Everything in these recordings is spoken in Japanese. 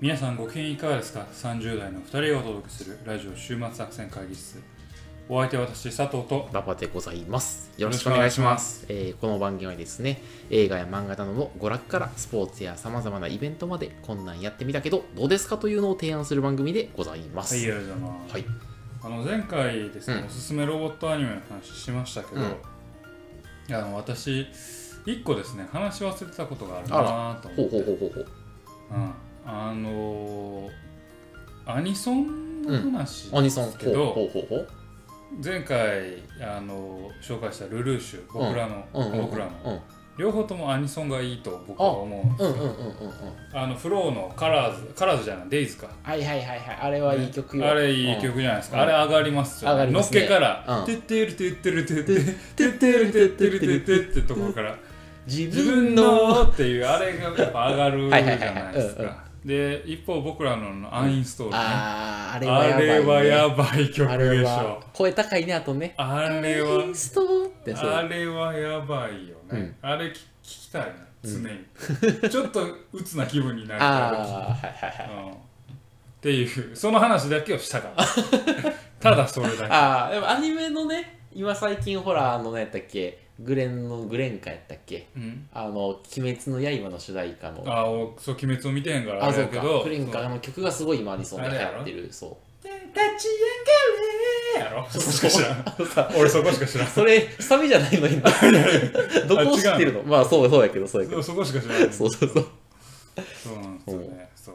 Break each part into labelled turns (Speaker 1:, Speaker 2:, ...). Speaker 1: 皆さんご機嫌いかがですか ?30 代の2人がお届けするラジオ週末作戦会議室。お相手は私、佐藤と
Speaker 2: 馬場でございます。よろしくお願いします。えーこの番組はですね、映画や漫画などの娯楽からスポーツやさまざまなイベントまでこんなんやってみたけどどうですかというのを提案する番組でございます。
Speaker 1: はい、ありがとうございます。
Speaker 2: はい
Speaker 1: あの前回ですね、
Speaker 2: うん
Speaker 1: おすすめロボットアニメの話しましたけど、あの私、一個ですね、話し忘れてたことがあるなぁと
Speaker 2: ほ
Speaker 1: 思
Speaker 2: う
Speaker 1: って
Speaker 2: ほうほうほうほう。
Speaker 1: うんあのーアニソンの話
Speaker 2: アニ
Speaker 1: で
Speaker 2: ソン。
Speaker 1: すけ
Speaker 2: ほう
Speaker 1: ど、
Speaker 2: ほうほうほう。
Speaker 1: 前回、あのー紹介したルルーシュ僕らの、
Speaker 2: うんうんうん
Speaker 1: 僕らの、
Speaker 2: うん
Speaker 1: 両方ともアニソンがいいと僕は思うんです
Speaker 2: うんうんうんうんうん。
Speaker 1: あのフローのカラーズカラーズじゃないデイズか
Speaker 2: はいはいはいはい。あれはいい曲よ。
Speaker 1: あれいい曲じゃないですか、
Speaker 2: うん
Speaker 1: あれ上がりますよ
Speaker 2: 上がりますね
Speaker 1: のっけから
Speaker 2: うん
Speaker 1: てってるてってるてっててってるてってるてってってところから
Speaker 2: 自
Speaker 1: 自分のっていうあれがやっぱ上がるじ
Speaker 2: は
Speaker 1: ゃ
Speaker 2: いはいはいはい
Speaker 1: ないです
Speaker 2: うんう
Speaker 1: かで一方僕らのアンインストールね
Speaker 2: あーあれは
Speaker 1: あ
Speaker 2: やばい、ね。
Speaker 1: れはやばい曲
Speaker 2: あ
Speaker 1: で
Speaker 2: れ
Speaker 1: し
Speaker 2: は
Speaker 1: ょ
Speaker 2: 声高いねあとね。
Speaker 1: あれ
Speaker 2: イ
Speaker 1: は
Speaker 2: ンストーってそう。
Speaker 1: あれはやばいよ
Speaker 2: う
Speaker 1: ね
Speaker 2: ん
Speaker 1: あれ聞聞きたいね常にちょっと鬱な気分になるから
Speaker 2: あーはいはいはい。
Speaker 1: うんっていうその話だけをしたから ただそれだけ
Speaker 2: ああでもアニメのね今最近ほらあの何やったっけグレンのグレンかやったっけ
Speaker 1: うん、
Speaker 2: あの「鬼滅の刃」の主題歌の
Speaker 1: あおそう鬼滅を見てへんからあれ
Speaker 2: そう
Speaker 1: やけ
Speaker 2: か
Speaker 1: ど
Speaker 2: グレンかあ
Speaker 1: そう
Speaker 2: の曲がすごい今アニソンで流行ってる そ
Speaker 1: 立ち上がれやろ
Speaker 2: う
Speaker 1: そこしか知らん
Speaker 2: あのさ
Speaker 1: 俺そこしか知らん
Speaker 2: それサビじゃないの今 どこを知ってるのまあそうそうやけどそうやけ
Speaker 1: そうそこ
Speaker 2: ど
Speaker 1: しか知らん
Speaker 2: そうそうそう
Speaker 1: そうなんですよねそう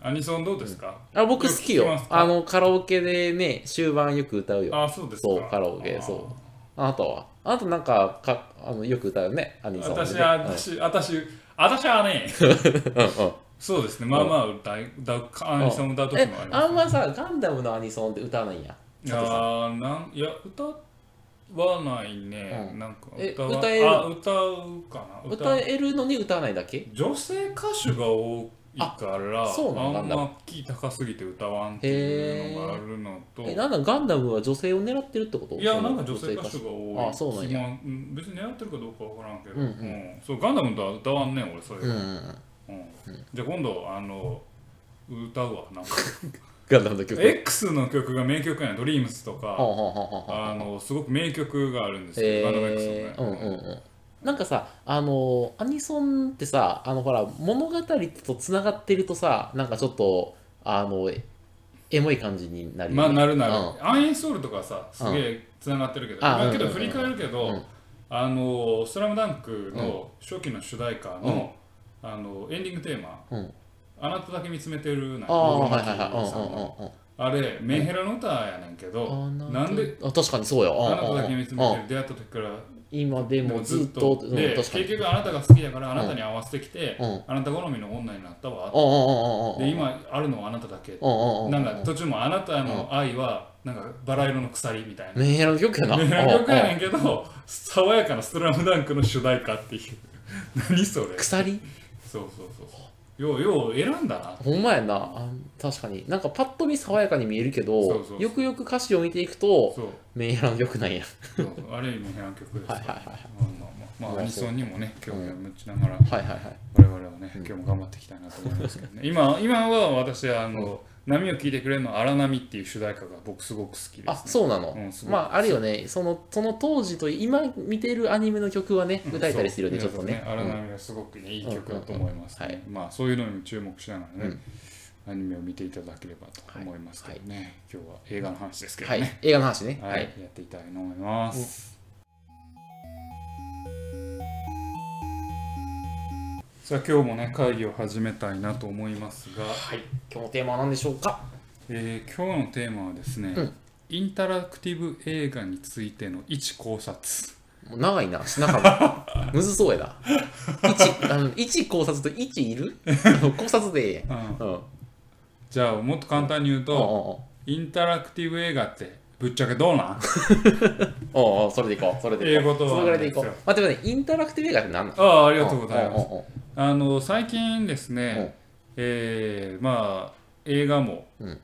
Speaker 1: アニソンどうですか、
Speaker 2: あ僕好きよ
Speaker 1: よく聞きますか
Speaker 2: あのカラオケでね終盤よく歌うよ
Speaker 1: あそうですか
Speaker 2: そうカラオケそうあなたはあなたなんかかあのよく歌うよねア
Speaker 1: う
Speaker 2: ニソンで
Speaker 1: 私
Speaker 2: ね
Speaker 1: は私私私はね
Speaker 2: うんうんうん
Speaker 1: そうですねまあまあ歌い歌うアニソン歌う時
Speaker 2: え
Speaker 1: もあります
Speaker 2: あんまさガンダムのアニソンって歌わないんや
Speaker 1: いやーなんいや歌わないね、
Speaker 2: うん
Speaker 1: なんか
Speaker 2: え
Speaker 1: 歌わ
Speaker 2: 歌える
Speaker 1: あ歌うかな
Speaker 2: 歌えるのに歌わないだけ
Speaker 1: 女性歌手が多いから
Speaker 2: あそうなんだ
Speaker 1: あんまキー高すぎて歌わんっていうのがあるのと
Speaker 2: えなんだガンダムは女性を狙ってるってこと
Speaker 1: いや
Speaker 2: そ
Speaker 1: な
Speaker 2: の
Speaker 1: んか女性歌手が多い
Speaker 2: あそうなんや
Speaker 1: まあうん別に狙ってるかどうかわからんけど、
Speaker 2: うんうん
Speaker 1: そうガンダムとは歌わんねん俺それ、
Speaker 2: うんうんうん
Speaker 1: うんじゃあ今度あの歌うわなんか
Speaker 2: ガンダムの曲
Speaker 1: X の曲が名曲やんドリームスとか
Speaker 2: ほんほんほんほんほん
Speaker 1: あのすごく名曲があるんですよ、ガンダム X の
Speaker 2: え
Speaker 1: ね
Speaker 2: ー、うんうんうんなんかさあのアニソンってさあのほら物語とつながってるとさなんかちょっとあのエモい感じになるよ
Speaker 1: まあ
Speaker 2: ね
Speaker 1: なるなる、
Speaker 2: うん
Speaker 1: アンインストールとかさすげえつながってるけど、
Speaker 2: あ
Speaker 1: だけど
Speaker 2: うんうん
Speaker 1: 振り返るけど、
Speaker 2: うん
Speaker 1: あの「スラムダンクの初期の主題歌の,、あのエンディングテーマ
Speaker 2: うん
Speaker 1: 「あなただけ見つめてるな」
Speaker 2: ああはい
Speaker 1: 僕
Speaker 2: はい
Speaker 1: の
Speaker 2: はい
Speaker 1: さんの
Speaker 2: うんうんうんうん
Speaker 1: あれメンヘラの歌やねんけど、
Speaker 2: あ
Speaker 1: なんで
Speaker 2: あ確かにそう
Speaker 1: 「
Speaker 2: や
Speaker 1: あな
Speaker 2: あ
Speaker 1: ただけ見つめてる」出会った時から
Speaker 2: 今でもずっとうん
Speaker 1: で
Speaker 2: 確かに
Speaker 1: 結局あなたが好きだからあなたに合わせてきて、
Speaker 2: うん
Speaker 1: あなた好みの女になったわ、
Speaker 2: ああああああ
Speaker 1: で今あるのはあなただけ、
Speaker 2: ああ
Speaker 1: なん
Speaker 2: あ
Speaker 1: か途中もあなたの愛はなんかバラ色の鎖みたいな
Speaker 2: メンヘラの曲やな。
Speaker 1: メラ曲やねんけど、爽やかなスラムダンクの主題歌っていう。 何それそう
Speaker 2: 鎖
Speaker 1: そうそうそう。よう、よう選んだな。
Speaker 2: ほんまやな。あ確かに。なんかパッと見爽やかに見えるけど、
Speaker 1: そうそうそう
Speaker 2: よくよく歌詞を見ていくと、
Speaker 1: そう。
Speaker 2: メンヘラの曲なんや。
Speaker 1: そうあれ今ヘラ曲ですから。
Speaker 2: はいはいはい
Speaker 1: まあまあまあ、まあ、アニソンにもね、興味を持ちながら、
Speaker 2: はいはいはい。
Speaker 1: 我々はね、今日も頑張っていきたいなと思いますけどね。今、今は私、あの、波を聴いてくれるの、荒波っていう主題歌が僕すごく好きです、ね。
Speaker 2: あ、そうなの。
Speaker 1: うんすごい
Speaker 2: まあ、あるよね。その、その当時と今見てるアニメの曲はね、
Speaker 1: うん
Speaker 2: 歌えたりするよね、ち
Speaker 1: そ
Speaker 2: ょ
Speaker 1: う
Speaker 2: っとね。
Speaker 1: そう荒
Speaker 2: うん
Speaker 1: 波がすごくね、いい曲だと思います、ね
Speaker 2: うんうんうん
Speaker 1: まあそういうのにも注目しながらね、アニメを見ていただければと思いますけどね、今日は映画の話ですけど
Speaker 2: はい
Speaker 1: ね、。
Speaker 2: 映画の話ね。
Speaker 1: は
Speaker 2: はいい。
Speaker 1: やっていきたいと思います、さあ今日もね会議を始めたいなと思いますが、
Speaker 2: はい。今日のテーマは何でしょうか
Speaker 1: えー今日のテーマはですね、
Speaker 2: うん
Speaker 1: インタラクティブ映画についての一考察
Speaker 2: もう長いな、しなかった。むずそうやな。1、あの一考察と1いる考察でええやん。
Speaker 1: うん
Speaker 2: うん。うん
Speaker 1: じゃあもっと簡単に言うと、
Speaker 2: うんうん。
Speaker 1: インタラクティブ映画ってぶっちゃけ どうなん
Speaker 2: おうおうそれでいこうそれでいこ
Speaker 1: いう
Speaker 2: う
Speaker 1: こと
Speaker 2: そ
Speaker 1: は
Speaker 2: のぐらいでいこう
Speaker 1: で
Speaker 2: 待って待ってインタラクティブ映画って何なの
Speaker 1: ああありがとうございます
Speaker 2: おうおう
Speaker 1: あの最近ですね、えーまあ映画も、
Speaker 2: うん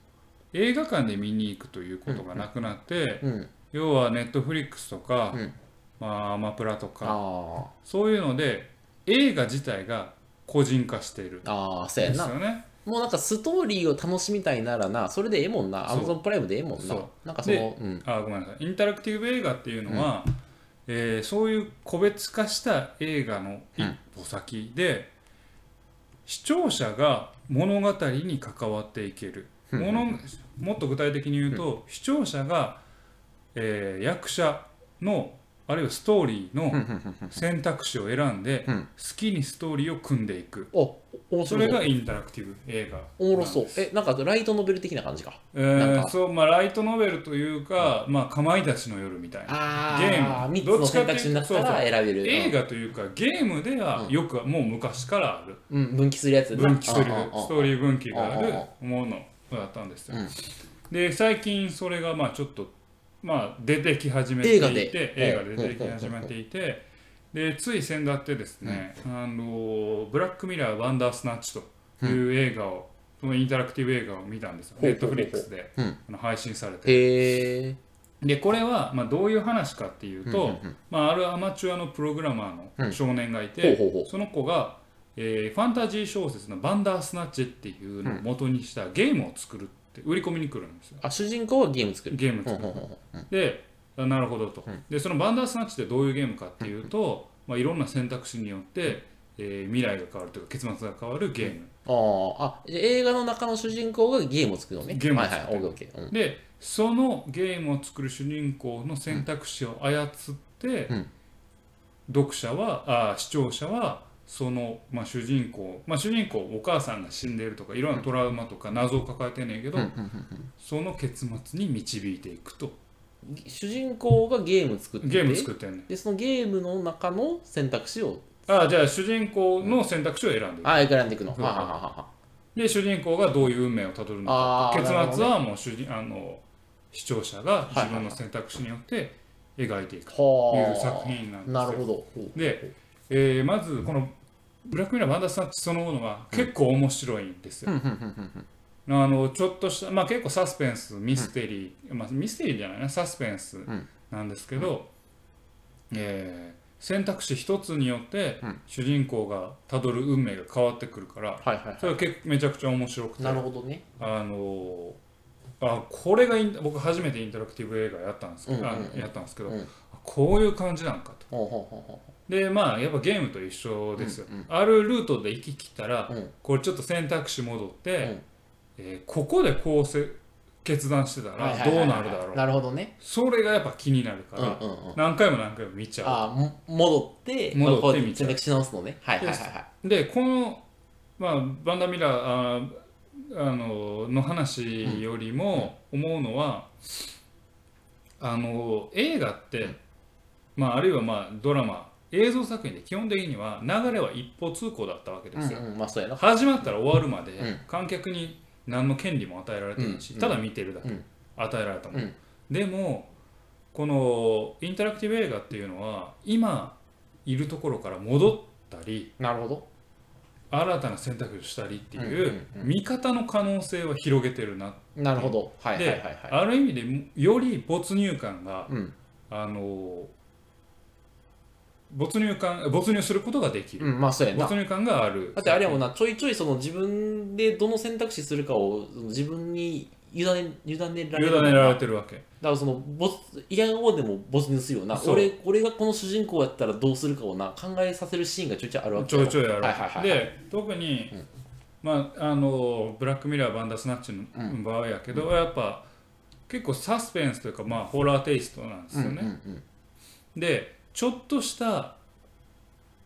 Speaker 1: 映画館で見に行くということがなくなって、
Speaker 2: おううん
Speaker 1: 要はネットフリックスとか、
Speaker 2: うん
Speaker 1: まあ、アマプラとか
Speaker 2: あ
Speaker 1: そういうので映画自体が個人化しているん
Speaker 2: ーあーそう
Speaker 1: で
Speaker 2: や
Speaker 1: す
Speaker 2: な
Speaker 1: よね。
Speaker 2: もうなんかストーリーを楽しみたいならなそれでええもんなア
Speaker 1: そう
Speaker 2: マゾンプライムでええもんな
Speaker 1: そ
Speaker 2: なんかそのうん
Speaker 1: あごめんなさいインタラクティブ映画っていうのは、えーそういう個別化した映画の一歩先で、視聴者が物語に関わっていける、
Speaker 2: うん
Speaker 1: ものもっと具体的に言うと、視聴者が、えー役者のあるいはストーリー
Speaker 2: うんう
Speaker 1: の
Speaker 2: んうん
Speaker 1: 選択肢を選んで、
Speaker 2: うん
Speaker 1: 好きにストーリーを組んでいく
Speaker 2: お面白
Speaker 1: そ
Speaker 2: そ
Speaker 1: れ
Speaker 2: う
Speaker 1: がインタラクティブ映画
Speaker 2: おもろそうえなんかライトノベル的な感じか
Speaker 1: えー
Speaker 2: なんか
Speaker 1: そうまあライトノベルというか、まあかまいたちの夜みたいな
Speaker 2: あ
Speaker 1: ゲー
Speaker 2: あ
Speaker 1: ム
Speaker 2: 3つ
Speaker 1: ど
Speaker 2: の
Speaker 1: っちかっ
Speaker 2: 選
Speaker 1: ていう
Speaker 2: 択肢の中から選べる
Speaker 1: 映画というかゲームでは
Speaker 2: うん
Speaker 1: よくもう昔からある
Speaker 2: うんうん分岐するやつ
Speaker 1: 分岐する
Speaker 2: うんうんうん
Speaker 1: ストーリー分岐があるものだったんですよ
Speaker 2: うん
Speaker 1: で最近それがまあちょっとまあ出てき始めていて
Speaker 2: 映画で
Speaker 1: 映画で出てき始めていてでつい先だってですねあのブラックミラーワンダースナッチという映画をそのインタラクティブ映画を見たんですよ
Speaker 2: ほ
Speaker 1: ネ
Speaker 2: う
Speaker 1: ット
Speaker 2: ほうほうほう
Speaker 1: フリックスで
Speaker 2: うん
Speaker 1: あの配信されて
Speaker 2: へえ
Speaker 1: でこれはまあどういう話かっていうと、
Speaker 2: うんうんうん
Speaker 1: まあ、あるアマチュアのプログラマー
Speaker 2: う
Speaker 1: の
Speaker 2: ん
Speaker 1: 少年がいて、
Speaker 2: ほうほうほう
Speaker 1: その子が、えーファンタジー小説の「バンダースナッチ」っていうのを元にしたゲームを作るって売り込みに来るんですよ
Speaker 2: あ主人公はゲーム作る
Speaker 1: ゲームを
Speaker 2: ほう
Speaker 1: 作
Speaker 2: ほう
Speaker 1: る
Speaker 2: ほうほう
Speaker 1: であなるほどと、
Speaker 2: うん
Speaker 1: でその「バンダースナッチ」ってどういうゲームかっていうと、まあ、いろんな選択肢によって、えー未来が変わるというか結末が変わるゲーム、
Speaker 2: あーあじゃあ映画の中の主人公がゲームを作るのね
Speaker 1: ゲームを
Speaker 2: はい
Speaker 1: 作
Speaker 2: は
Speaker 1: る
Speaker 2: いオッケーオッケーうん
Speaker 1: でそのゲームを作る主人公の選択肢を操って、
Speaker 2: うん
Speaker 1: 読者はあ視聴者はその、まあ、主人公、まあ、主人公お母さんが死んでいるとかいろんなトラウマとか謎を抱えてんねんけど、
Speaker 2: うんうんうん
Speaker 1: その結末に導いていくと
Speaker 2: 主人公がゲーム作ってて
Speaker 1: ゲーム作ってんねん
Speaker 2: でそのゲームの中の選択肢を
Speaker 1: あじゃあ主人公の選択肢を選んでいく、
Speaker 2: あ選んでいくの
Speaker 1: そう
Speaker 2: はははは
Speaker 1: で主人公がどういう運命をたどるのか
Speaker 2: あー
Speaker 1: 結
Speaker 2: なるほど
Speaker 1: 末はもう主人あの視聴者が自分の選択肢によって描いていくとい
Speaker 2: は
Speaker 1: う作品なんですよ。
Speaker 2: なるほどほう
Speaker 1: で、えーまずこの「ブラックミラー・バンダースナッチ」そのものは結構面白いんですよ。あのちょっとした、まあ、結構サスペンスミステリー、まあ、ミステリーじゃないなサスペンス
Speaker 2: ん
Speaker 1: なんですけど、えー選択肢一つによって
Speaker 2: うん
Speaker 1: 主人公がたどる運命が変わってくるから
Speaker 2: はいはい
Speaker 1: それが結めちゃくちゃ面白くて
Speaker 2: なるほどね
Speaker 1: あのーあこれがイン僕初めてインタラクティブ映画やったんですけど、
Speaker 2: うんうんうん
Speaker 1: あやったんですけど、
Speaker 2: うん
Speaker 1: こういう感じなんかと。
Speaker 2: ほうほうほうほ
Speaker 1: でまあやっぱゲームと一緒ですよ、
Speaker 2: うんうん
Speaker 1: あるルートで行き来たら、
Speaker 2: うん
Speaker 1: これちょっと選択肢戻って、
Speaker 2: うん
Speaker 1: えーここでこうせ決断してた
Speaker 2: はいはい
Speaker 1: ら
Speaker 2: はい
Speaker 1: ど
Speaker 2: は
Speaker 1: う
Speaker 2: い
Speaker 1: なるだろう、
Speaker 2: なるほどね
Speaker 1: それがやっぱ気になるか
Speaker 2: うんうん
Speaker 1: ら、
Speaker 2: うん
Speaker 1: 何回も何回も見ちゃ
Speaker 2: あも戻って
Speaker 1: 戻って
Speaker 2: こうや
Speaker 1: みたい
Speaker 2: 選択し直すのねはいはいはいはいう
Speaker 1: でこの、まあ、バンダミラーあーあのの話よりも思うのは、あの映画って、まあ、あるいはまあドラマ映像作品で基本的には流れは一方通行だったわけですよ、
Speaker 2: うんうんまあそうやな
Speaker 1: 始まったら終わるまで
Speaker 2: うん
Speaker 1: 観客に何の権利も与えられてないし、
Speaker 2: うん
Speaker 1: ただ見てるだけ
Speaker 2: うん
Speaker 1: 与えられたもの、
Speaker 2: うん
Speaker 1: でもこのインタラクティブ映画っていうのは今いるところから戻ったり
Speaker 2: なるほど
Speaker 1: 新たな選択肢をしたりっていう
Speaker 2: うんうんうん
Speaker 1: 見方の可能性は広げてるな、
Speaker 2: なるほどはいはい
Speaker 1: で
Speaker 2: はいはい
Speaker 1: ある意味でより没入感が、
Speaker 2: うん
Speaker 1: あの没入感没入することができる、
Speaker 2: うんまあそうやな
Speaker 1: 没入感がある
Speaker 2: だってあれやもんなちょいちょいその自分でどの選択肢するかをその自分に委ね委ねら
Speaker 1: 委
Speaker 2: れ
Speaker 1: ね
Speaker 2: るもんな
Speaker 1: られてるわけ
Speaker 2: だからそのボスいやおうでも没入するよな
Speaker 1: そう
Speaker 2: 俺俺がこの主人公やったらどうするかをな考えさせるシーンがちょいちょいあるわけ
Speaker 1: ちょいちょいある、
Speaker 2: はいはいはい
Speaker 1: で特に、まあ、あのブラックミラーバンダースナッチの場合やけど、やっぱ結構サスペンスというか、まあ、ホラーテイストなんです
Speaker 2: うん
Speaker 1: よ
Speaker 2: う
Speaker 1: ね、
Speaker 2: んうん
Speaker 1: でちょっとした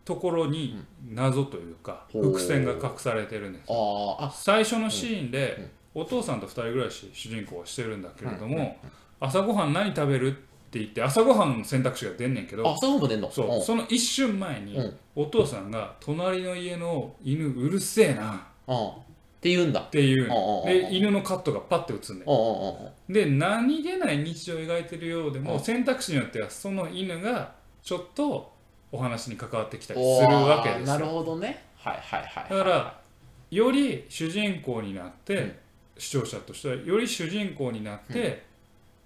Speaker 1: ところに謎というか、
Speaker 2: ほう
Speaker 1: 伏線が隠されてるんです
Speaker 2: あーあ
Speaker 1: 最初のシーンで、お父さんと2人ぐらいし主人公はしてるんだけれども、朝ごはん何食べるって言って朝ごはんの選択肢が出んねんけど
Speaker 2: あそうも出んの
Speaker 1: そう、その一瞬前に、
Speaker 2: うん
Speaker 1: お父さんが隣の家の犬うるせえな
Speaker 2: うんうんって言うんだ
Speaker 1: っていう
Speaker 2: うんうんうんうん
Speaker 1: で犬のカットがパッて映んね
Speaker 2: うんうんうんうん
Speaker 1: んで何気ない日常を描いてるようでも、
Speaker 2: うん
Speaker 1: 選択肢によってはその犬がちょっとお話に関わってきたりするわけ
Speaker 2: おー
Speaker 1: です
Speaker 2: なる
Speaker 1: よ
Speaker 2: ほどねはいはいはい
Speaker 1: だからより主人公になって、
Speaker 2: うん
Speaker 1: 視聴者としてはより主人公になって、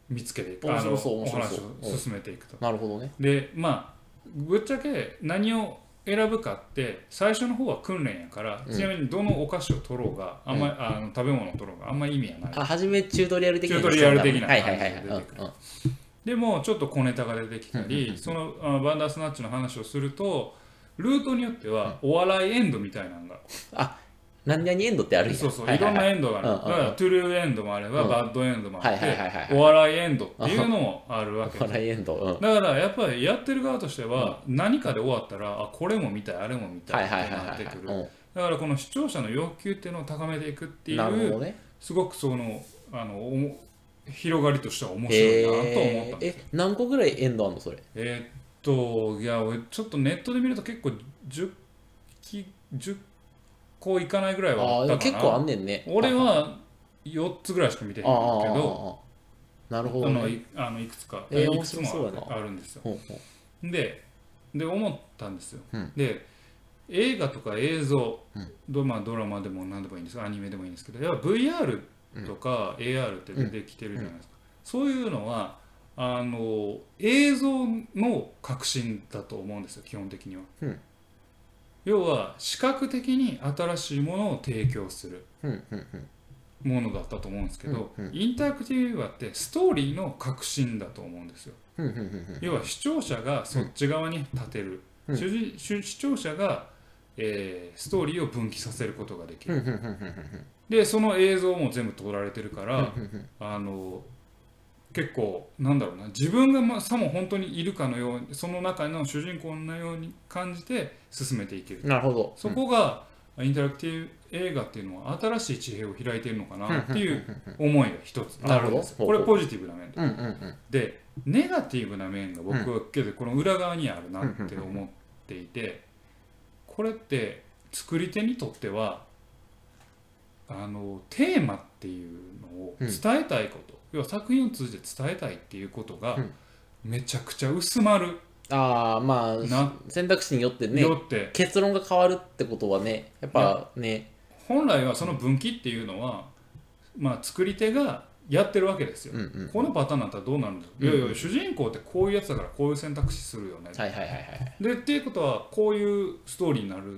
Speaker 1: 見つけていく
Speaker 2: 面
Speaker 1: あの
Speaker 2: 白そう
Speaker 1: お
Speaker 2: 面白
Speaker 1: 話
Speaker 2: そう
Speaker 1: を進めていくと。
Speaker 2: なるほどね
Speaker 1: でまあぶっちゃけ何を選ぶかって最初の方は訓練やから、
Speaker 2: うん
Speaker 1: ちなみにどのお菓子を取ろうがあんまり、あの食べ物を取ろうがあんまり意味はない
Speaker 2: あ、はじめチュートリアル的な。
Speaker 1: チュートリアル的な
Speaker 2: はいはいはいは
Speaker 1: 感
Speaker 2: い。うん
Speaker 1: じで出てくでもちょっと小ネタが出てきた
Speaker 2: うんうんう
Speaker 1: り
Speaker 2: ん
Speaker 1: そのあバンダースナッチの話をするとルートによってはお笑いエンドみたいなのが、
Speaker 2: 何々エンドってあるんや
Speaker 1: そうそう
Speaker 2: はいは
Speaker 1: ろん
Speaker 2: は
Speaker 1: なエンドがある、
Speaker 2: うんうんう
Speaker 1: だ
Speaker 2: ん
Speaker 1: からトゥルーエンドもあれば、
Speaker 2: うん
Speaker 1: バッドエンドもあって、
Speaker 2: はいはいはいはい
Speaker 1: お笑いエンドっていうのもあるわけ
Speaker 2: お笑いエンド。うん。
Speaker 1: だからやっぱりやってる側としては何かで終わったらあこれも見たいあれも見た
Speaker 2: はい
Speaker 1: い
Speaker 2: はい
Speaker 1: っ
Speaker 2: はい
Speaker 1: てなってくる
Speaker 2: はい。うん
Speaker 1: だからこの視聴者の要求っていうのを高めていくってい
Speaker 2: なるほ
Speaker 1: う
Speaker 2: どね。
Speaker 1: すごくそのあのおも広がりとしては面白いなと思ったん
Speaker 2: えー、
Speaker 1: ですよ
Speaker 2: え、何個ぐらいエンドあんのそれ。
Speaker 1: えーっといや俺ちょっとネットで見ると結構 10, き10個いかないぐらいは
Speaker 2: あ
Speaker 1: あ
Speaker 2: あ
Speaker 1: っ
Speaker 2: で
Speaker 1: た
Speaker 2: も
Speaker 1: か
Speaker 2: 結
Speaker 1: な
Speaker 2: 構あんねんね。
Speaker 1: 俺
Speaker 2: あ
Speaker 1: は4つぐらいしか見てへんけ
Speaker 2: ああああ
Speaker 1: ど
Speaker 2: ああなるほ
Speaker 1: あ
Speaker 2: ど
Speaker 1: の
Speaker 2: ね。
Speaker 1: いあのいくつか、
Speaker 2: えー
Speaker 1: いくつ
Speaker 2: 面白そう
Speaker 1: も
Speaker 2: やな
Speaker 1: あるあるんですよ
Speaker 2: ほうほう
Speaker 1: でで思ったんですよ、
Speaker 2: うん
Speaker 1: で映画とか映像、
Speaker 2: うん
Speaker 1: ドまあ、ドラマでも何でもいいんですアニメでもいいんですけどやっぱ VR とか AR って出てきてるじゃないですか、そういうのはあの映像の革新だと思うんですよ基本的には、
Speaker 2: うん
Speaker 1: 要は視覚的に新しいものを提供する
Speaker 2: うんうんうん。
Speaker 1: ものだったと思うんですけど、
Speaker 2: うんうん
Speaker 1: インタラクティブ映画ってストーリーの革新だと思うんですよ
Speaker 2: うんうんうん
Speaker 1: 要は視聴者がそっち側に立てる、
Speaker 2: うん
Speaker 1: 主人主視聴者が、えーストーリーを分岐させることができ
Speaker 2: う
Speaker 1: る、
Speaker 2: んうんうんうんうん
Speaker 1: でその映像も全部撮られてるから、
Speaker 2: うんうんうん
Speaker 1: あの結構なんだろうな自分がまさも本当にいるかのようにその中の主人公のように感じて進めていける、
Speaker 2: なるほど。
Speaker 1: そこがインタラクティブ映画っていうのは新しい地平を開いてるのかなっていう思いが一つあるんですよこ
Speaker 2: なるほど
Speaker 1: れポジティブな面
Speaker 2: うんうんうん
Speaker 1: でネガティブな面が僕はけどこの裏側にあるなって思っていてこれって作り手にとってはあのテーマっていうのを伝えたいこと、要は作品を通じて伝えたいっていうことが
Speaker 2: うん
Speaker 1: めちゃくちゃ薄まる
Speaker 2: ああまあ
Speaker 1: な
Speaker 2: 選択肢によってね
Speaker 1: よって、
Speaker 2: 結論が変わるってことはねやっぱね
Speaker 1: 本来はその分岐っていうのは、まあ、作り手がやってるわけですよ。
Speaker 2: うんうん
Speaker 1: このパターンだったらどうなるんだろう、いやいや主人公ってこういうやつだからこういう選択肢するよね
Speaker 2: はいはいはいはい
Speaker 1: でっていうことはこういうストーリーになる
Speaker 2: う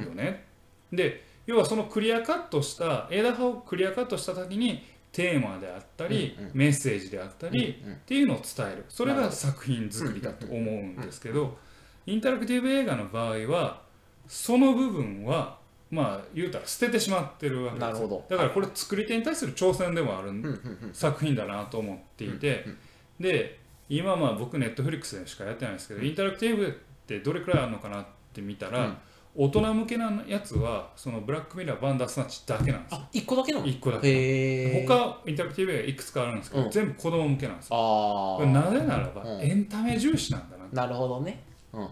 Speaker 2: ん
Speaker 1: よね。で要はそのクリアカットした枝葉をクリアカットした時にテーマであったり、
Speaker 2: うんうん
Speaker 1: メッセージであった
Speaker 2: うん
Speaker 1: り、
Speaker 2: うん
Speaker 1: っていうのを伝えるそれ
Speaker 2: なる
Speaker 1: が
Speaker 2: ほ
Speaker 1: 作品作りだと思うんですけどインタラクティブ映画の場合はその部分はまあ言うたら捨ててしまってるわけですよ
Speaker 2: なるほど
Speaker 1: だからこれ作り手に対する挑戦でもある
Speaker 2: うんうんうん
Speaker 1: 作品だなと思っていて、で今まあ僕ネットフリックスでしかやってないんですけど、インタラクティブってどれくらいあるのかなって見たら、
Speaker 2: うん
Speaker 1: 大人向けなやつはそのブラックミラーバンダースナッチだけなんですよ
Speaker 2: あ一個だけなの
Speaker 1: 1個だけ、
Speaker 2: へえ
Speaker 1: 他インタラクティブはいくつかあるんですけど、
Speaker 2: うん
Speaker 1: 全部子供向けなんですよ
Speaker 2: ああ
Speaker 1: なぜならば
Speaker 2: うん
Speaker 1: エンタメ重視なんだな、
Speaker 2: なるほどねうんうん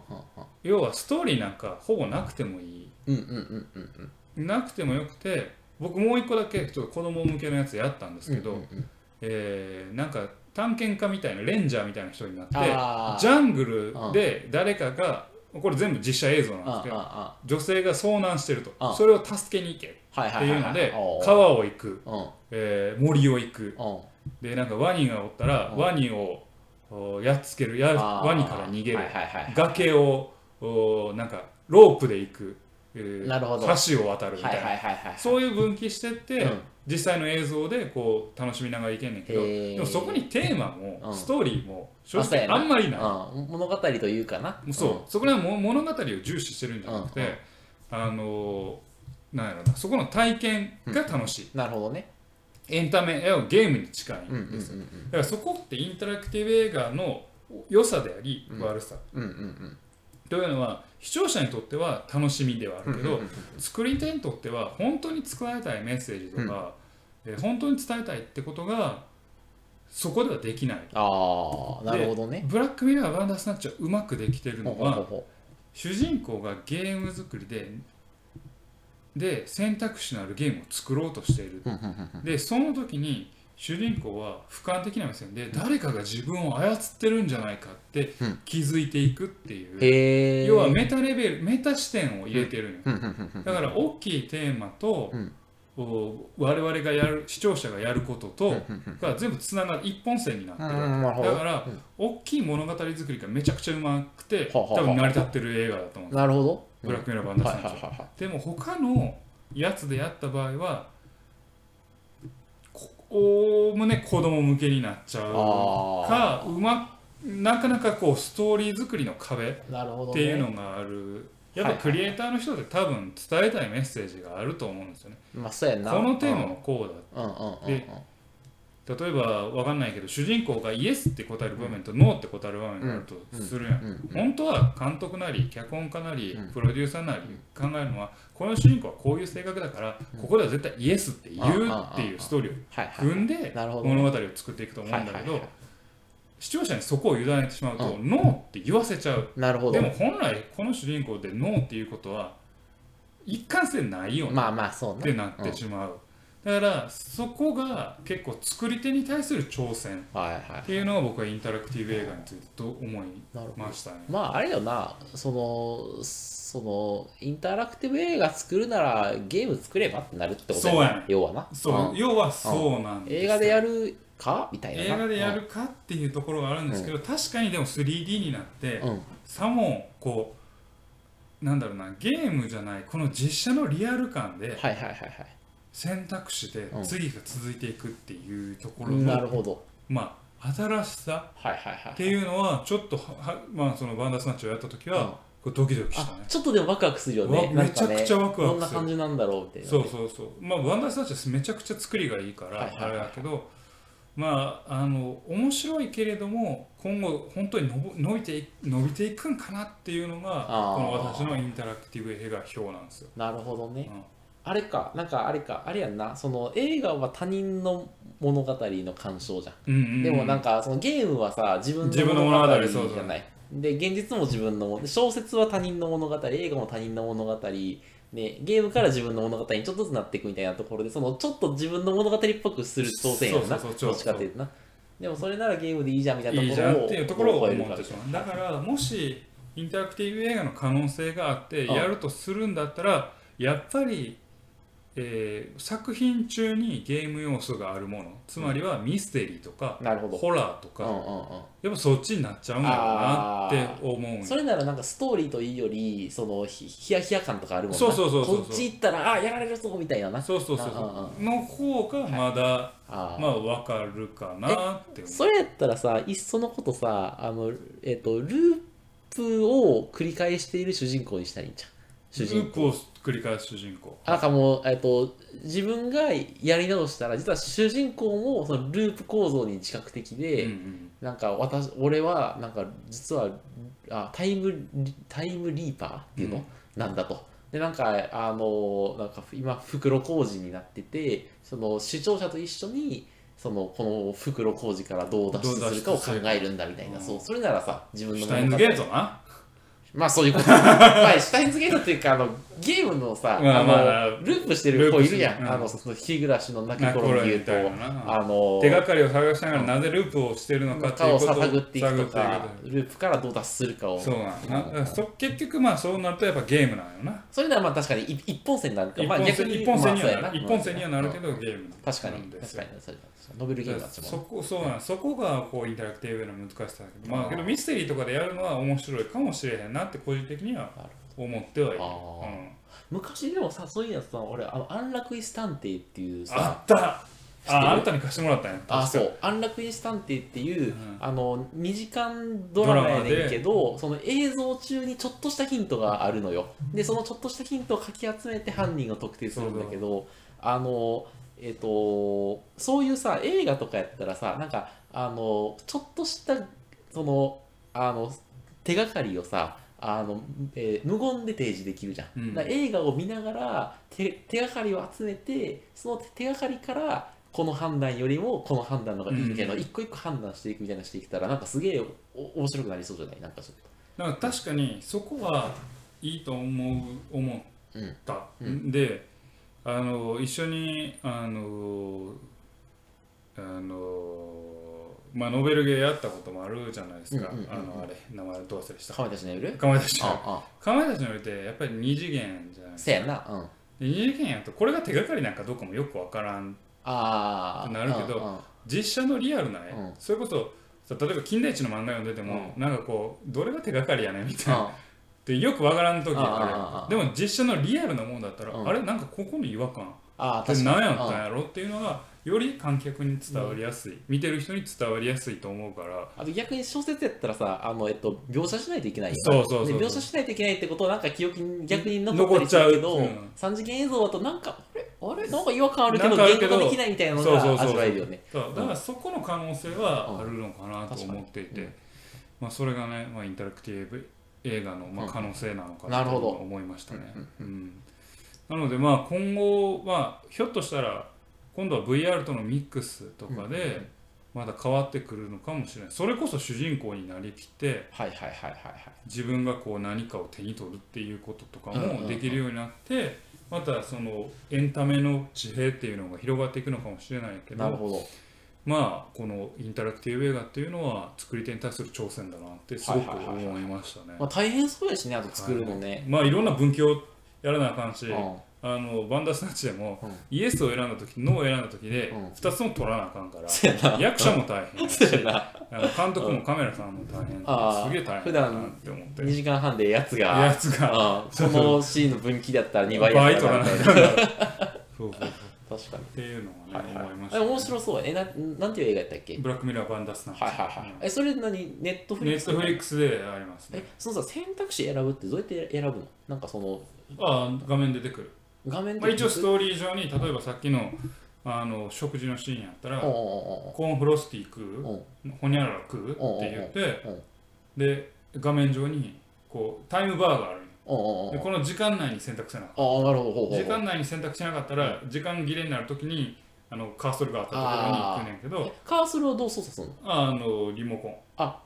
Speaker 1: 要はストーリーなんかほぼなくてもいい
Speaker 2: うんうんうんうんうんうん
Speaker 1: なくてもよくて僕もう1個だけちょっと子供向けのやつやったんですけど、
Speaker 2: うんうんうん
Speaker 1: えーなんか探検家みたいなレンジャーみたいな人になって
Speaker 2: あー
Speaker 1: ジャングルで誰かが、これ全部実写映像なんですけ
Speaker 2: あ
Speaker 1: ど、
Speaker 2: あ
Speaker 1: 女性が遭難してると、
Speaker 2: うん
Speaker 1: それを助けに行けっ
Speaker 2: あはい
Speaker 1: て
Speaker 2: はいいは
Speaker 1: う
Speaker 2: い
Speaker 1: の
Speaker 2: はい
Speaker 1: で、
Speaker 2: おー
Speaker 1: 川を行く、
Speaker 2: うん
Speaker 1: えー森を行く、
Speaker 2: うん
Speaker 1: で、なんかワニがおったら、
Speaker 2: うん
Speaker 1: ワニをおやっつけるや、
Speaker 2: あー
Speaker 1: ワニから逃げる
Speaker 2: は、いはいはい
Speaker 1: 崖をおなんかロープで行く、えー
Speaker 2: なるほど
Speaker 1: 橋を渡るみた
Speaker 2: はいい
Speaker 1: な、
Speaker 2: はいはいはい
Speaker 1: そういう分岐してって、
Speaker 2: うん
Speaker 1: 実際の映像でこう楽しみながらいけんねんけど
Speaker 2: へー
Speaker 1: でもそこにテーマ
Speaker 2: うん
Speaker 1: もストーリーも正
Speaker 2: あそう
Speaker 1: 直
Speaker 2: やな
Speaker 1: あんまりない、
Speaker 2: うん物語というかな
Speaker 1: そう、そこら辺も物語を重視してるんじゃなくて、
Speaker 2: うん
Speaker 1: あのーなんやろなそこの体験が楽しい、
Speaker 2: うんなるほどね
Speaker 1: エンタメやゲームに近い
Speaker 2: うんうん
Speaker 1: んですよ、
Speaker 2: うん
Speaker 1: だからそこってインタラクティブ映画の良さであり
Speaker 2: うん
Speaker 1: 悪さ、
Speaker 2: うんうんうん
Speaker 1: というのは視聴者にとっては楽しみではあるけど、
Speaker 2: うんうんうん
Speaker 1: 作り手にとっては本当に伝えたいメッセージとか、えー本当に伝えたいってことがそこではできない
Speaker 2: ああなるほどね
Speaker 1: ブラックミラーバンダースナッチはうまくできてる
Speaker 2: ほ
Speaker 1: の
Speaker 2: うほうほう
Speaker 1: は
Speaker 2: ほ
Speaker 1: 主人公がゲーム作りでで選択肢のあるゲームを作ろうとしている
Speaker 2: ううんうんうんうん
Speaker 1: でその時に主人公は俯瞰的な目線で誰かが自分を操ってるんじゃないかって気づいていくっていう、
Speaker 2: へえ
Speaker 1: 要はメタレベルメタ視点を入れてるのよ
Speaker 2: うんうんうんうん
Speaker 1: だから大きいテーマと、
Speaker 2: うん
Speaker 1: こう我々がやる視聴者がやることとが全部つながる一本線になってるわけ
Speaker 2: なるほ
Speaker 1: だ
Speaker 2: ど
Speaker 1: から、大きい物語作りがめちゃくちゃうまくて、
Speaker 2: はあはあはあ
Speaker 1: 多分成り立ってる映画だと思う、
Speaker 2: なるほど
Speaker 1: ブラックミラーバンダー
Speaker 2: はい
Speaker 1: ス
Speaker 2: はい
Speaker 1: ナッ
Speaker 2: はい
Speaker 1: チで
Speaker 2: は
Speaker 1: も他のやつでやった場合はこおおむね子供向けになっちゃう
Speaker 2: あ
Speaker 1: かうまなかなかこうストーリー作りの壁っ
Speaker 2: いなるほど、ね、
Speaker 1: ていうのがあるやっぱクリエイターの人って多分伝えたいメッセージがあると思うんですよね。
Speaker 2: まあそうやん
Speaker 1: こ
Speaker 2: な
Speaker 1: のテーマもこうだ
Speaker 2: うんうんうんうん
Speaker 1: で例えばわかんないけど主人公がイエスって答える場面とノーって答える場面があるとするやん、
Speaker 2: うんうん
Speaker 1: 本当は監督なり脚本家なり
Speaker 2: うん
Speaker 1: プロデューサーなり考えるのはこの主人公はこういう性格だからここでは絶対イエスって言うっていうストーリーを
Speaker 2: はいはい
Speaker 1: 踏んで
Speaker 2: なるほど
Speaker 1: 物語を作っていくと思うんだ
Speaker 2: は
Speaker 1: け
Speaker 2: いはい
Speaker 1: ど
Speaker 2: はい
Speaker 1: 視聴者にそこを委ねてしまうとノーって言わせちゃう
Speaker 2: なるほど
Speaker 1: でも本来この主人公でノーっていうことは一貫性ないよね
Speaker 2: まあまあそう
Speaker 1: っ
Speaker 2: ね
Speaker 1: てなってしまう、だからそこが結構作り手に対する挑戦
Speaker 2: はいはい
Speaker 1: っていうのが僕はインタラクティブ映画についてと思い
Speaker 2: なるほど
Speaker 1: ましたね
Speaker 2: まああれよなそのそのインタラクティブ映画作るならゲーム作ればってなるってこと
Speaker 1: そう
Speaker 2: な
Speaker 1: やね
Speaker 2: 要はな
Speaker 1: そう、
Speaker 2: ん
Speaker 1: 要はそうなんですよ
Speaker 2: 映画でやるかみたいなな
Speaker 1: 映画でやるかっていうところがあるんですけど、確かにでも 3D になって、
Speaker 2: うんうん
Speaker 1: さもこうなんだろうなゲームじゃないこの実写のリアル感で
Speaker 2: はいはいはいはい
Speaker 1: 選択肢で
Speaker 2: うん
Speaker 1: 次が続いていくっていうところ
Speaker 2: なる
Speaker 1: の、
Speaker 2: ほど
Speaker 1: まあ新しさ
Speaker 2: はいはいはい
Speaker 1: っていうのはちょっとははまあそのバンダースナッチをやった時はこうドキドキした
Speaker 2: あ
Speaker 1: ね、
Speaker 2: ちょっとでもワクワクするよね
Speaker 1: わ
Speaker 2: なんか
Speaker 1: め
Speaker 2: ね
Speaker 1: ちゃくちゃワクワクする
Speaker 2: どんな感じなんだろうみたいなね
Speaker 1: そうそうそうまあバンダースナッチはめちゃくちゃ作りがいいか
Speaker 2: は
Speaker 1: ら
Speaker 2: いはい
Speaker 1: あ
Speaker 2: はい
Speaker 1: れだけど、まああの面白いけれども今後本当にのぼ伸びてい伸びていくんかなっていうのが
Speaker 2: あー
Speaker 1: この私のインタラクティブ映画表なんですよ、
Speaker 2: なるほどね、
Speaker 1: うん
Speaker 2: あれかなんかあれかあれやんなその映画は他人の物語の鑑賞じゃん
Speaker 1: うんうんうん、
Speaker 2: でもなんかそのゲームはさ自分
Speaker 1: 自
Speaker 2: の
Speaker 1: 分の
Speaker 2: 物
Speaker 1: 物
Speaker 2: 語
Speaker 1: 語
Speaker 2: じゃない
Speaker 1: そうそう
Speaker 2: で現実も自分のも小説は他人の物語映画も他人の物語ね、ゲームから自分の物語にちょっとずつなっていくみたいなところでそのちょっと自分の物語っぽくする挑戦やんな
Speaker 1: そうそうそう
Speaker 2: どっちかっていうとなでもそれならゲームでいいじゃんみたいないと
Speaker 1: い
Speaker 2: こ
Speaker 1: じ
Speaker 2: ろ
Speaker 1: ゃ
Speaker 2: を
Speaker 1: んっていうところを
Speaker 2: 超える
Speaker 1: 思
Speaker 2: か
Speaker 1: っ
Speaker 2: ら
Speaker 1: てしまうだからもしインタラクティブ映画の可能性があって
Speaker 2: ああ
Speaker 1: やるとするんだったらやっぱり、えー作品中にゲーム要素があるものつまりはミステリーとか、
Speaker 2: なるほど
Speaker 1: ホラーと
Speaker 2: うん
Speaker 1: か、
Speaker 2: うんうん
Speaker 1: やっぱそっちになっちゃうんだろうなって思うんよ
Speaker 2: それならなんかストーリーというよりそのひヒヤヒヤ感とかあるもんな
Speaker 1: そうそうそうそうそう
Speaker 2: こっち行ったらあやられるぞみたいなな
Speaker 1: そうそうそう
Speaker 2: あ
Speaker 1: そうの方がまだ、
Speaker 2: あー
Speaker 1: まあわかるかなって思う
Speaker 2: それやったらさいっそのことさあの、えっとループを繰り返している主人公にしたらいいんじゃん主
Speaker 1: ル
Speaker 2: 人
Speaker 1: ープを繰り返す主人公
Speaker 2: あなんかもう、えっと自分がやり直したら実は主人公もそのループ構造に自覚的で、
Speaker 1: うんうん
Speaker 2: なんか私俺はなんか実はあタイムリタイムリーパーっていうの、
Speaker 1: うん
Speaker 2: なんだと。でなんかあのなんか今袋小路になっててその視聴者と一緒にそのこの袋小路からどう脱出するかを考えるんだみたいな、
Speaker 1: うん
Speaker 2: そうそれならさ自分の
Speaker 1: シュタイ
Speaker 2: 物
Speaker 1: ン
Speaker 2: 語
Speaker 1: ズゲートな
Speaker 2: まあそういうこと まあシュタインズゲートっていうかあのゲームのさ、
Speaker 1: まあ
Speaker 2: あの
Speaker 1: まあ
Speaker 2: ループしてる子いるやん、
Speaker 1: ループしてるうん
Speaker 2: あのその日暮らしの泣き
Speaker 1: な
Speaker 2: 頃に言う
Speaker 1: み
Speaker 2: と
Speaker 1: たいな
Speaker 2: あの
Speaker 1: 手がかりを探しながらなぜループをしてるのかって
Speaker 2: 中
Speaker 1: いう
Speaker 2: を
Speaker 1: こと
Speaker 2: 探っていくと
Speaker 1: 探っ
Speaker 2: か
Speaker 1: ていく
Speaker 2: ループからどう脱出するか
Speaker 1: と
Speaker 2: を
Speaker 1: かそうなんだなだからそ結局まあそうなるとやっぱゲームなんよな
Speaker 2: それならまあ確かに一一本線になるか
Speaker 1: 一
Speaker 2: まあ
Speaker 1: 本
Speaker 2: 逆
Speaker 1: 線
Speaker 2: に
Speaker 1: 一本線に
Speaker 2: まあそ
Speaker 1: は
Speaker 2: うやな
Speaker 1: なる一本線にはなるけ
Speaker 2: うん
Speaker 1: どゲームなんです
Speaker 2: 確
Speaker 1: よ
Speaker 2: かに確かにそれノベルゲームだっちゃ
Speaker 1: そ
Speaker 2: もん
Speaker 1: こそうなんそこがこうインタラクティブの難しさだけどまあけどミステリーとかでやるのは面白いかもしれへんなって個人的には
Speaker 2: なる
Speaker 1: 思ってはいる
Speaker 2: あー昔でもさそういうやつさ俺あの安楽椅子探偵ってい
Speaker 1: う
Speaker 2: う
Speaker 1: んあ
Speaker 2: さ
Speaker 1: った
Speaker 2: 知ってる
Speaker 1: ああなたに貸してもらったんや
Speaker 2: あそ
Speaker 1: 確
Speaker 2: う安楽椅子探偵っていう、
Speaker 1: うん
Speaker 2: あの2時間ドラマやねんけどその映像中にちょっとしたヒントがあるのよでそのちょっとしたヒントをかき集めて犯人を特定するんだけどあのえっ、とそういうさ映画とかやったらさなんかあのちょっとしたそのあの手がかりをさあの、えー無言で提示できるじゃん、
Speaker 1: うん
Speaker 2: だから映画を見ながら手手がかりを集めてその手がかりからこの判断よりもこの判断の方がいいみたいな、
Speaker 1: う
Speaker 2: 一個一個判断していくみたいなのしていけたらなんかすげえお面白くなりそうじゃないなんかちょっ
Speaker 1: かなんか確かにそこはいいと思う思う
Speaker 2: とうん
Speaker 1: った、
Speaker 2: うん
Speaker 1: であの一緒にあのあのまあノベルゲーやったこともあるじゃないですか、
Speaker 2: うんうんうんうん
Speaker 1: あのあれ名前どう忘れした
Speaker 2: かまいたちの夜
Speaker 1: かまいたちの
Speaker 2: あ
Speaker 1: かまいたちのりってやっぱり二次元じゃない
Speaker 2: あせやな
Speaker 1: 二次元やとこれが手がかりなんかどうかもよくわからん
Speaker 2: ああ
Speaker 1: なるけど 実写のリアルな絵、
Speaker 2: うん
Speaker 1: それこそさ例えば金田一の漫画読んでても、なんかこうどれが手がかりやねんみたいなってよくわからん時あ
Speaker 2: あ
Speaker 1: るでも実写のリアルなもんだったら、
Speaker 2: うん
Speaker 1: あれなんかここの違和感
Speaker 2: ああ
Speaker 1: で
Speaker 2: 確か
Speaker 1: 何
Speaker 2: に
Speaker 1: やったんやろっていうのがより観客に伝わりやすい、見てる人に伝わりやすいと思うから
Speaker 2: あと逆に小説やったらさあの、えっと、描写しないといけないよね
Speaker 1: そうそうそう
Speaker 2: で描写しないといけないってことはなんか記憶に逆に残ったりするけど、
Speaker 1: 残っちゃううん
Speaker 2: 三次元映像だとなんかあれあれなんか違和感あるけど
Speaker 1: なんかあるけ
Speaker 2: 言
Speaker 1: ど
Speaker 2: 語できないみたいなの
Speaker 1: そうそう
Speaker 2: が
Speaker 1: そう
Speaker 2: 味わえるよね
Speaker 1: そうだからそこの可能性はあるのかなと
Speaker 2: うん
Speaker 1: 思っていて、
Speaker 2: 確かにうん
Speaker 1: まあ、それがね、まあ、インタラクティブ映画のまあ可能性なのか
Speaker 2: な
Speaker 1: と
Speaker 2: るほど
Speaker 1: 思いましたね。うんなのでまあ今後はひょっとしたら今度は VR とのミックスとかでまだ変わってくるのかもしれないそれこそ主人公になりきって
Speaker 2: はいはいはいはいはい
Speaker 1: 自分がこう何かを手に取るっていうこととか
Speaker 2: うんうんう
Speaker 1: も
Speaker 2: ん
Speaker 1: できるようになってまたそのエンタメの地平っていうのが広がっていくのかもしれないけど
Speaker 2: なるほど
Speaker 1: まあこのインタラクティブ映画っていうのは作り手に対する挑戦だなってすごく
Speaker 2: はいはいはい
Speaker 1: 思いましたね。
Speaker 2: まあ、大変そうやしねあと作るのね、
Speaker 1: まあいろんな分岐をやらなあかんし、
Speaker 2: うん
Speaker 1: あのバンダースナッチでも、
Speaker 2: うん
Speaker 1: イエスを選んだ時ノーを選んだ時で
Speaker 2: うん
Speaker 1: 2つとも取らなあかん から、
Speaker 2: そうやな
Speaker 1: 役者も大変や し
Speaker 2: そうやな
Speaker 1: あの監督もカメラさんも大変
Speaker 2: あー
Speaker 1: すげえ大変だなって思って
Speaker 2: 2時間半でやつが
Speaker 1: やつが
Speaker 2: うんこのシーンの分岐だったら2倍
Speaker 1: 倍
Speaker 2: やつ
Speaker 1: 取ら
Speaker 2: が
Speaker 1: なあか
Speaker 2: 確
Speaker 1: んからそうそうそうっ
Speaker 2: かに
Speaker 1: ていうのはね、
Speaker 2: はいはい
Speaker 1: 思いまし
Speaker 2: あ
Speaker 1: た、
Speaker 2: 面白そうえななんていう映画やったっけ
Speaker 1: ブラックミラーバンダースナッチ、
Speaker 2: はいはいはい、えそれ何ネットフリ
Speaker 1: ネ
Speaker 2: ッ
Speaker 1: ッ
Speaker 2: クス
Speaker 1: トフリックスでありますね
Speaker 2: えそのさ選択肢選ぶってどうやって選ぶのなんかその
Speaker 1: ああ画面出てくる
Speaker 2: 画面
Speaker 1: まあ、一応スト
Speaker 2: ト
Speaker 1: ーリー上に例えばさっきのあの食事のシーンやったら
Speaker 2: うんう
Speaker 1: コーンフロスティー食
Speaker 2: んうんうんうん
Speaker 1: うホニャララ食うって言って
Speaker 2: うんうん
Speaker 1: で画面上にこうタイムバーがある
Speaker 2: うんうんうん
Speaker 1: でこの時間内に選択せなあか
Speaker 2: ああなるほどほうほ
Speaker 1: ん
Speaker 2: う
Speaker 1: 時間内に選択しなかったら時間切れになるときにあのカーソルがあったところに行くねんけど
Speaker 2: えカーソルをどう操作するの
Speaker 1: あのリモコン
Speaker 2: あ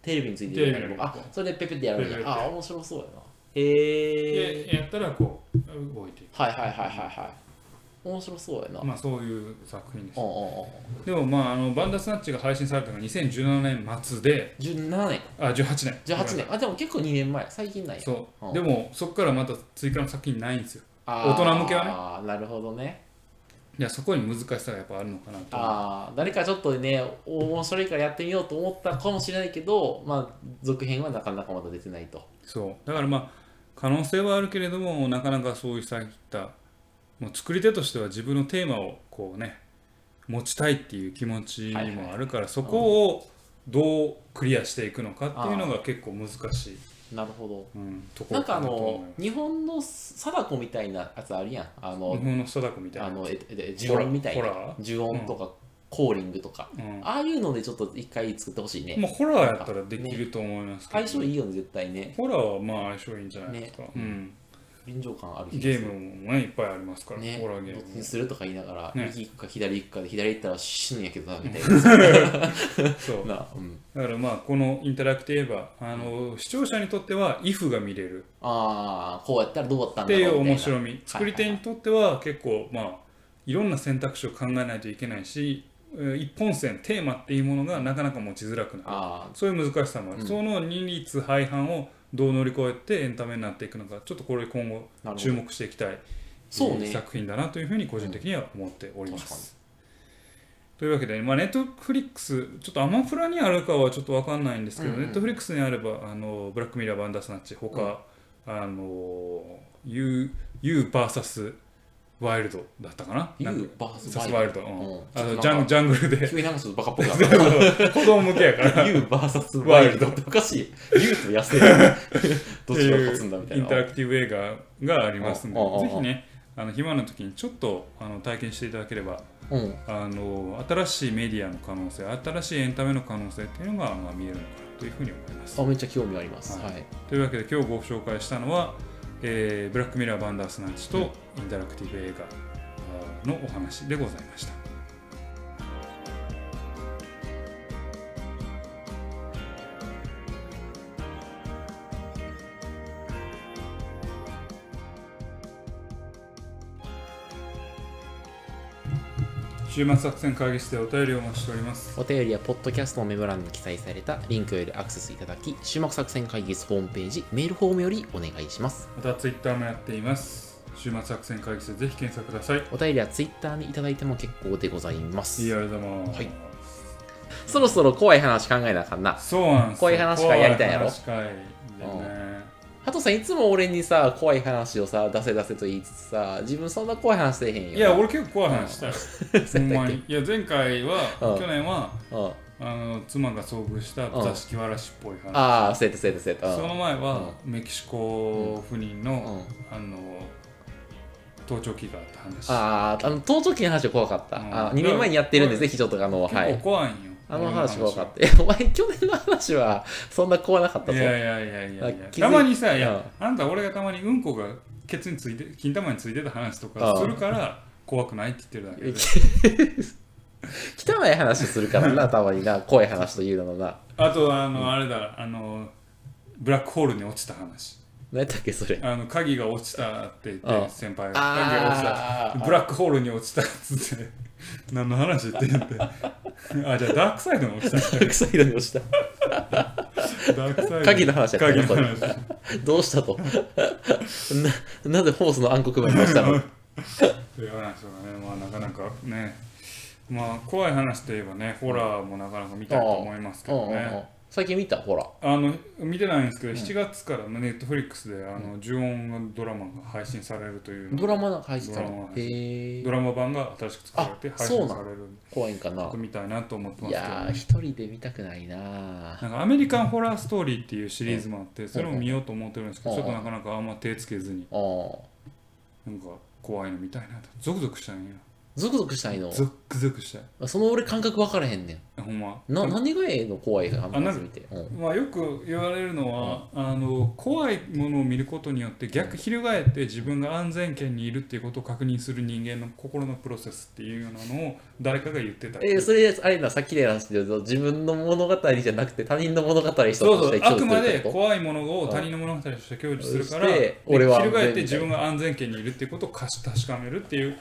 Speaker 2: テレビについて
Speaker 1: テレビのリモコン
Speaker 2: あそれでペペってやるん
Speaker 1: ペペっ
Speaker 2: や
Speaker 1: て
Speaker 2: あ面白そうやなへえ
Speaker 1: でやったらこう動いてい
Speaker 2: はいはいはいはいはい面白そうやな、
Speaker 1: くまあそういう作品で
Speaker 2: う
Speaker 1: す
Speaker 2: んうんうん
Speaker 1: でもまああのバンダースナッチが配信されたのが2017年末で
Speaker 2: 17年
Speaker 1: あ18年
Speaker 2: 18年あでも結構2年前最近なんや
Speaker 1: そう、
Speaker 2: うん
Speaker 1: でもそこからまた追加の作品ないんですよ
Speaker 2: あ
Speaker 1: 大
Speaker 2: ー
Speaker 1: 人向けはね
Speaker 2: あーなるほどね
Speaker 1: いやそこに難しさがやっぱあるのかなと思う
Speaker 2: ああ誰かちょっとねお面白いからやってみようと思ったかもしれないけどまあ続編はなかなかまだ出てないと
Speaker 1: そうだからまあ可能性はあるけれどもなかなかそういったもう作り手としては自分のテーマをこうね持ちたいっていう気持ち
Speaker 2: はいはい
Speaker 1: もあるから、そこをどうクリアしていくのかっていうのが結構難しい、
Speaker 2: なるほど
Speaker 1: うん、とこ
Speaker 2: な
Speaker 1: ろ
Speaker 2: んかあ
Speaker 1: なと
Speaker 2: の
Speaker 1: 思います
Speaker 2: 日本の貞子みたいなやつあるやんあの
Speaker 1: 日本の貞子みたい
Speaker 2: あ
Speaker 1: な
Speaker 2: のえっとえっと呪音みたい
Speaker 1: ホ
Speaker 2: な
Speaker 1: ラー、
Speaker 2: 呪音とかコーリングとか
Speaker 1: うん
Speaker 2: ああいうのでちょっと一回作ってほしいね
Speaker 1: まあ、ホラーやったらできると思いますけど、
Speaker 2: 相性いいよね絶対ね
Speaker 1: ホラーはまあ相性いいんじゃないですか、うん
Speaker 2: 臨場感ある気がす
Speaker 1: ゲ
Speaker 2: る
Speaker 1: ームもねいっぱいありますから、
Speaker 2: ね
Speaker 1: ホラーゲー
Speaker 2: どっち
Speaker 1: ム
Speaker 2: に
Speaker 1: も。
Speaker 2: するとか言いながら、
Speaker 1: ね
Speaker 2: 右行くか左行くかで左行ったら死ぬんやけどなみ たいな
Speaker 1: そう
Speaker 2: な、うん、
Speaker 1: だからまあこのインタラクティブはあの視聴者にとっては「if」が見れる
Speaker 2: ああこうやったらどうだった
Speaker 1: っ
Speaker 2: ん
Speaker 1: て
Speaker 2: だ
Speaker 1: いう
Speaker 2: ろうみ
Speaker 1: 面
Speaker 2: たいな
Speaker 1: 白み作り手にとっては結構まあいろんな選択肢を考えないといけないしえー一本線テーマっていうものがなかなか持ちづらくなる
Speaker 2: あ
Speaker 1: そういう難しさもある、
Speaker 2: うん
Speaker 1: その二律背反をどう乗り越えてエンタメになっていくのかちょっとこれ今後
Speaker 2: あなるほ
Speaker 1: 注
Speaker 2: ど
Speaker 1: 目していきたい
Speaker 2: そうね
Speaker 1: 作品だなというふうに個人的には思っております。というわけで、まあ、ネットフリックス、ちょっとアマプラにあるかはちょっと分かんないんですけど、
Speaker 2: うんうん
Speaker 1: ネットフリックスにあれば、あのブラックミラー、バンダースナッチ、ほか、あの U, U vs ワイルドだったかな。
Speaker 2: U
Speaker 1: なんか
Speaker 2: vs
Speaker 1: サス
Speaker 2: ワ
Speaker 1: ワ
Speaker 2: イ
Speaker 1: イル
Speaker 2: ルド
Speaker 1: ド。うん
Speaker 2: うん
Speaker 1: あのジャンジャングルで
Speaker 2: 急になんかちょっとバカっぽくなっ
Speaker 1: 子供向けやから。
Speaker 2: た U vs ワイルドっておかしい U と野生 どっちが勝つんだみたい
Speaker 1: インタ
Speaker 2: な
Speaker 1: ラクティブ映画がありますんで、
Speaker 2: ああああ
Speaker 1: ぜひね、あの暇な時にちょっとあの体験していただければ
Speaker 2: うん
Speaker 1: あの新しいメディアの可能性新しいエンタメの可能性っていうのが、まあ、見えるのかなというふうに思います
Speaker 2: あめっちゃ興味あります
Speaker 1: は
Speaker 2: はいい、
Speaker 1: というわけで今日ご紹介したのは、えーブラックミラーバンダースナッチとインタラクティブ映画あーのお話でございました週末作戦会議室でお便りをお待ちしております
Speaker 2: お便りはポッドキャストのメモ欄に記載されたリンクよりアクセスいただき終幕作戦会議室ホームページメールフォームよりお願いします
Speaker 1: またツイッターもやっています週末作戦会議室ぜひ検索ください
Speaker 2: お便りはツイッターにいただいても結構でございます。
Speaker 1: いいありがとうございます、
Speaker 2: はいそろそろ怖い話考えなあかんな。
Speaker 1: そうなんですよ
Speaker 2: こういう話会やりたいやろ
Speaker 1: こうう話会でね
Speaker 2: ハトさんいつも俺にさ、怖い話をさ、出せ出せと言いつつさ、自分そんな怖い話せえへんよ。
Speaker 1: いや、俺結構怖い話したよほん
Speaker 2: やったっ
Speaker 1: ま
Speaker 2: け
Speaker 1: にいや前回は
Speaker 2: うん
Speaker 1: 去年は
Speaker 2: うん、
Speaker 1: あの妻が遭遇した座敷わらしっぽい話
Speaker 2: ああ、そうやったそうやったそうやった。
Speaker 1: その前はメキシコ赴任
Speaker 2: うん
Speaker 1: のあの盗聴器があった話
Speaker 2: ああ、あの、盗聴器の話怖かった。
Speaker 1: うん
Speaker 2: あ2年前にやってるんで、
Speaker 1: だか
Speaker 2: ぜ
Speaker 1: ら
Speaker 2: ひちょっとあの、は
Speaker 1: 結構
Speaker 2: い。
Speaker 1: 怖いんよ
Speaker 2: あの話怖かったた。え、お前、去年の話は、そんな怖なかった
Speaker 1: い
Speaker 2: ぞ。
Speaker 1: やいやいやいやいや
Speaker 2: あ気づ
Speaker 1: た
Speaker 2: い
Speaker 1: まにさいやあんた俺がたまにうんこがケツについて金玉についてた話とかするから怖くないって言ってるだけで
Speaker 2: 汚い話するか らな、たまにな、怖い話というのな。
Speaker 1: あとあのあれだあのブラックホールに落ちた話
Speaker 2: 何やったっけ、そ れ。
Speaker 1: あの鍵が落ちたって言
Speaker 2: あ
Speaker 1: って
Speaker 2: あ
Speaker 1: 先輩が鍵が落ちた
Speaker 2: あー
Speaker 1: ブラックホールに落ちたっつって 何の話って言って あじゃあダークサイドに落ちた
Speaker 2: ブラックサイドに落ちた。
Speaker 1: ダークサイドに
Speaker 2: 鍵の話やった
Speaker 1: 鍵
Speaker 2: な、
Speaker 1: の
Speaker 2: これ。
Speaker 1: 話
Speaker 2: どうしたと ななぜホースの暗黒面に落ちたの
Speaker 1: という話とかねまあなかなかねまあ怖い話といえばねホラーもなかなか見たいと思いますけど
Speaker 2: うんうんうん
Speaker 1: ね
Speaker 2: 最近見たほら
Speaker 1: あの見てないんですけど7月からネットフリックスであの呪音のドラマが配信されるという
Speaker 2: ドラマなんか配信され
Speaker 1: ドラマ
Speaker 2: てへ
Speaker 1: ド
Speaker 2: え
Speaker 1: ラマ版が新しく作られて
Speaker 2: あ
Speaker 1: 配
Speaker 2: そう
Speaker 1: 信
Speaker 2: なん
Speaker 1: されるんで
Speaker 2: 怖いんかな
Speaker 1: 僕見たいなと思ってま
Speaker 2: い
Speaker 1: すけどね、
Speaker 2: やー一人で見たくないな
Speaker 1: なんかアメリカンホラーストーリーっていうシリーズもあって、それも見ようと思ってるんですけど、
Speaker 2: う
Speaker 1: ち
Speaker 2: ん
Speaker 1: ょっとなかなかあんま手つけずに、
Speaker 2: あー
Speaker 1: なんか怖いの見たいなと。ゾクゾクしたいんや。
Speaker 2: ゾクゾクしたいの
Speaker 1: ゾックゾクしたい。
Speaker 2: その俺感覚分からへんね
Speaker 1: ほんま。
Speaker 2: んな何がええの怖い話
Speaker 1: なんか
Speaker 2: 見てうん
Speaker 1: まあ、よく言われるのは、あの怖いものを見ることによって逆翻って自分が安全圏にいるっていうことを確認する人間の心のプロセスっていうようなのを誰かが言ってた
Speaker 2: えーそれあれなさっきの話で言うと自分の物語じゃなくて他人の物語として
Speaker 1: そうそう
Speaker 2: 共
Speaker 1: あ
Speaker 2: 有
Speaker 1: く
Speaker 2: す
Speaker 1: ま
Speaker 2: るって
Speaker 1: で
Speaker 2: こと
Speaker 1: 怖いものを他人の物語として享受するから
Speaker 2: うんして俺は安全みたいな
Speaker 1: 翻って自分が安全圏にいるっていうことを確確かめるっていう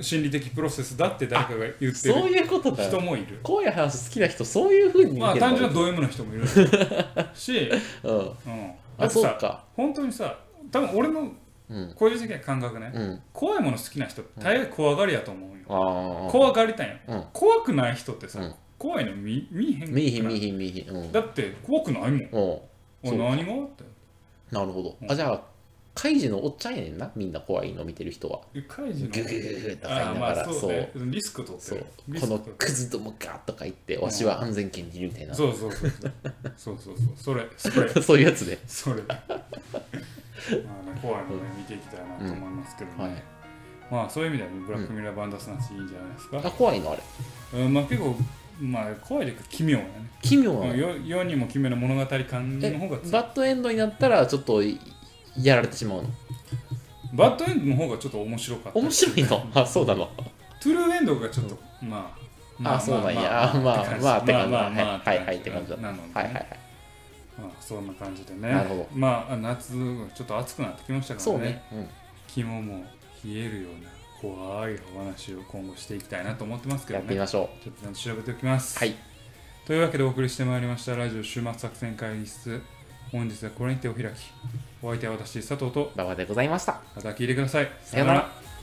Speaker 1: 心理的プロセスだって誰かが言って
Speaker 2: そう
Speaker 1: る
Speaker 2: いうことだ
Speaker 1: 人
Speaker 2: よ
Speaker 1: もいる。
Speaker 2: 怖い話好きな人そういうふうに見て
Speaker 1: まあ
Speaker 2: んだ
Speaker 1: 単純なド M の人 もいるし、
Speaker 2: うん
Speaker 1: うん、だ
Speaker 2: あ、
Speaker 1: って
Speaker 2: そう
Speaker 1: さ
Speaker 2: か。
Speaker 1: 本当にさ多分俺の
Speaker 2: うん。
Speaker 1: 個人的な感覚ね、
Speaker 2: うん。
Speaker 1: 怖いもの好きな人って大概怖がりやと思うよ、
Speaker 2: ああ。
Speaker 1: 怖がりたいよ、
Speaker 2: うん
Speaker 1: 怖くない人ってさ、
Speaker 2: うん
Speaker 1: 怖いの見見えへんくない
Speaker 2: 見えひん見えひん見えひん。うん。
Speaker 1: だって怖くないもん
Speaker 2: お
Speaker 1: お
Speaker 2: そうか
Speaker 1: 何がって
Speaker 2: なるほど
Speaker 1: う。ん
Speaker 2: あ、じゃあ、カイジのおっちゃんやねんな、みんな怖いの見てる人は。
Speaker 1: えカイジ
Speaker 2: グ
Speaker 1: の
Speaker 2: グググググとか
Speaker 1: あ
Speaker 2: 言いなが
Speaker 1: あ
Speaker 2: ら、
Speaker 1: まあ
Speaker 2: そ
Speaker 1: そう
Speaker 2: う
Speaker 1: ね。リスク取って
Speaker 2: そう
Speaker 1: るリ
Speaker 2: こ
Speaker 1: スク
Speaker 2: の
Speaker 1: 取ってる
Speaker 2: クズどもガーッとか言って、わしは安全圏にいるみたいな。
Speaker 1: そうそうそうそうそうそうそうそれそれ
Speaker 2: そういうやつで。
Speaker 1: それまあね怖いのね見ていきたいなと思いますけどね、
Speaker 2: はい。
Speaker 1: まあそういう意味ではブラックミラーバンダスナッチいいんじゃないです
Speaker 2: あ、
Speaker 1: か、
Speaker 2: 怖いのあれ。
Speaker 1: うん、まあ結構まあ怖いというか奇妙やね、
Speaker 2: 奇妙
Speaker 1: う
Speaker 2: なの
Speaker 1: ん、。よ世にも奇妙な物語感の方が強い
Speaker 2: バッドエンドになったら、ちょっといやられてしまうの。
Speaker 1: バッドエンドの方がちょっと面白かった
Speaker 2: 面白いの。あ、そうなの。
Speaker 1: トゥルーエンドがちょっと、まあま
Speaker 2: あ、そうなんや。あまあ、まあ、って感じだ。はいはいはい、って感じだ。
Speaker 1: なので、
Speaker 2: はいはいはい。
Speaker 1: まあ、そんな感じでね。
Speaker 2: なるほど
Speaker 1: まあ、夏、ちょっと暑くなってきましたか
Speaker 2: そ
Speaker 1: ら
Speaker 2: う
Speaker 1: ね。
Speaker 2: ね。うん。
Speaker 1: 肝も冷えるような怖いお話を今後していきたいなと思ってますけ
Speaker 2: や
Speaker 1: ど
Speaker 2: ってみ
Speaker 1: ね。
Speaker 2: ましょ
Speaker 1: ちょっと調べておきます。
Speaker 2: はい。
Speaker 1: というわけでお送りしてまいりました、ラジオ週末作戦会議室。本日はこれにてお開き。お相手は私、佐藤と
Speaker 2: う。馬場でございました。
Speaker 1: また聞いてください。
Speaker 2: さようなら。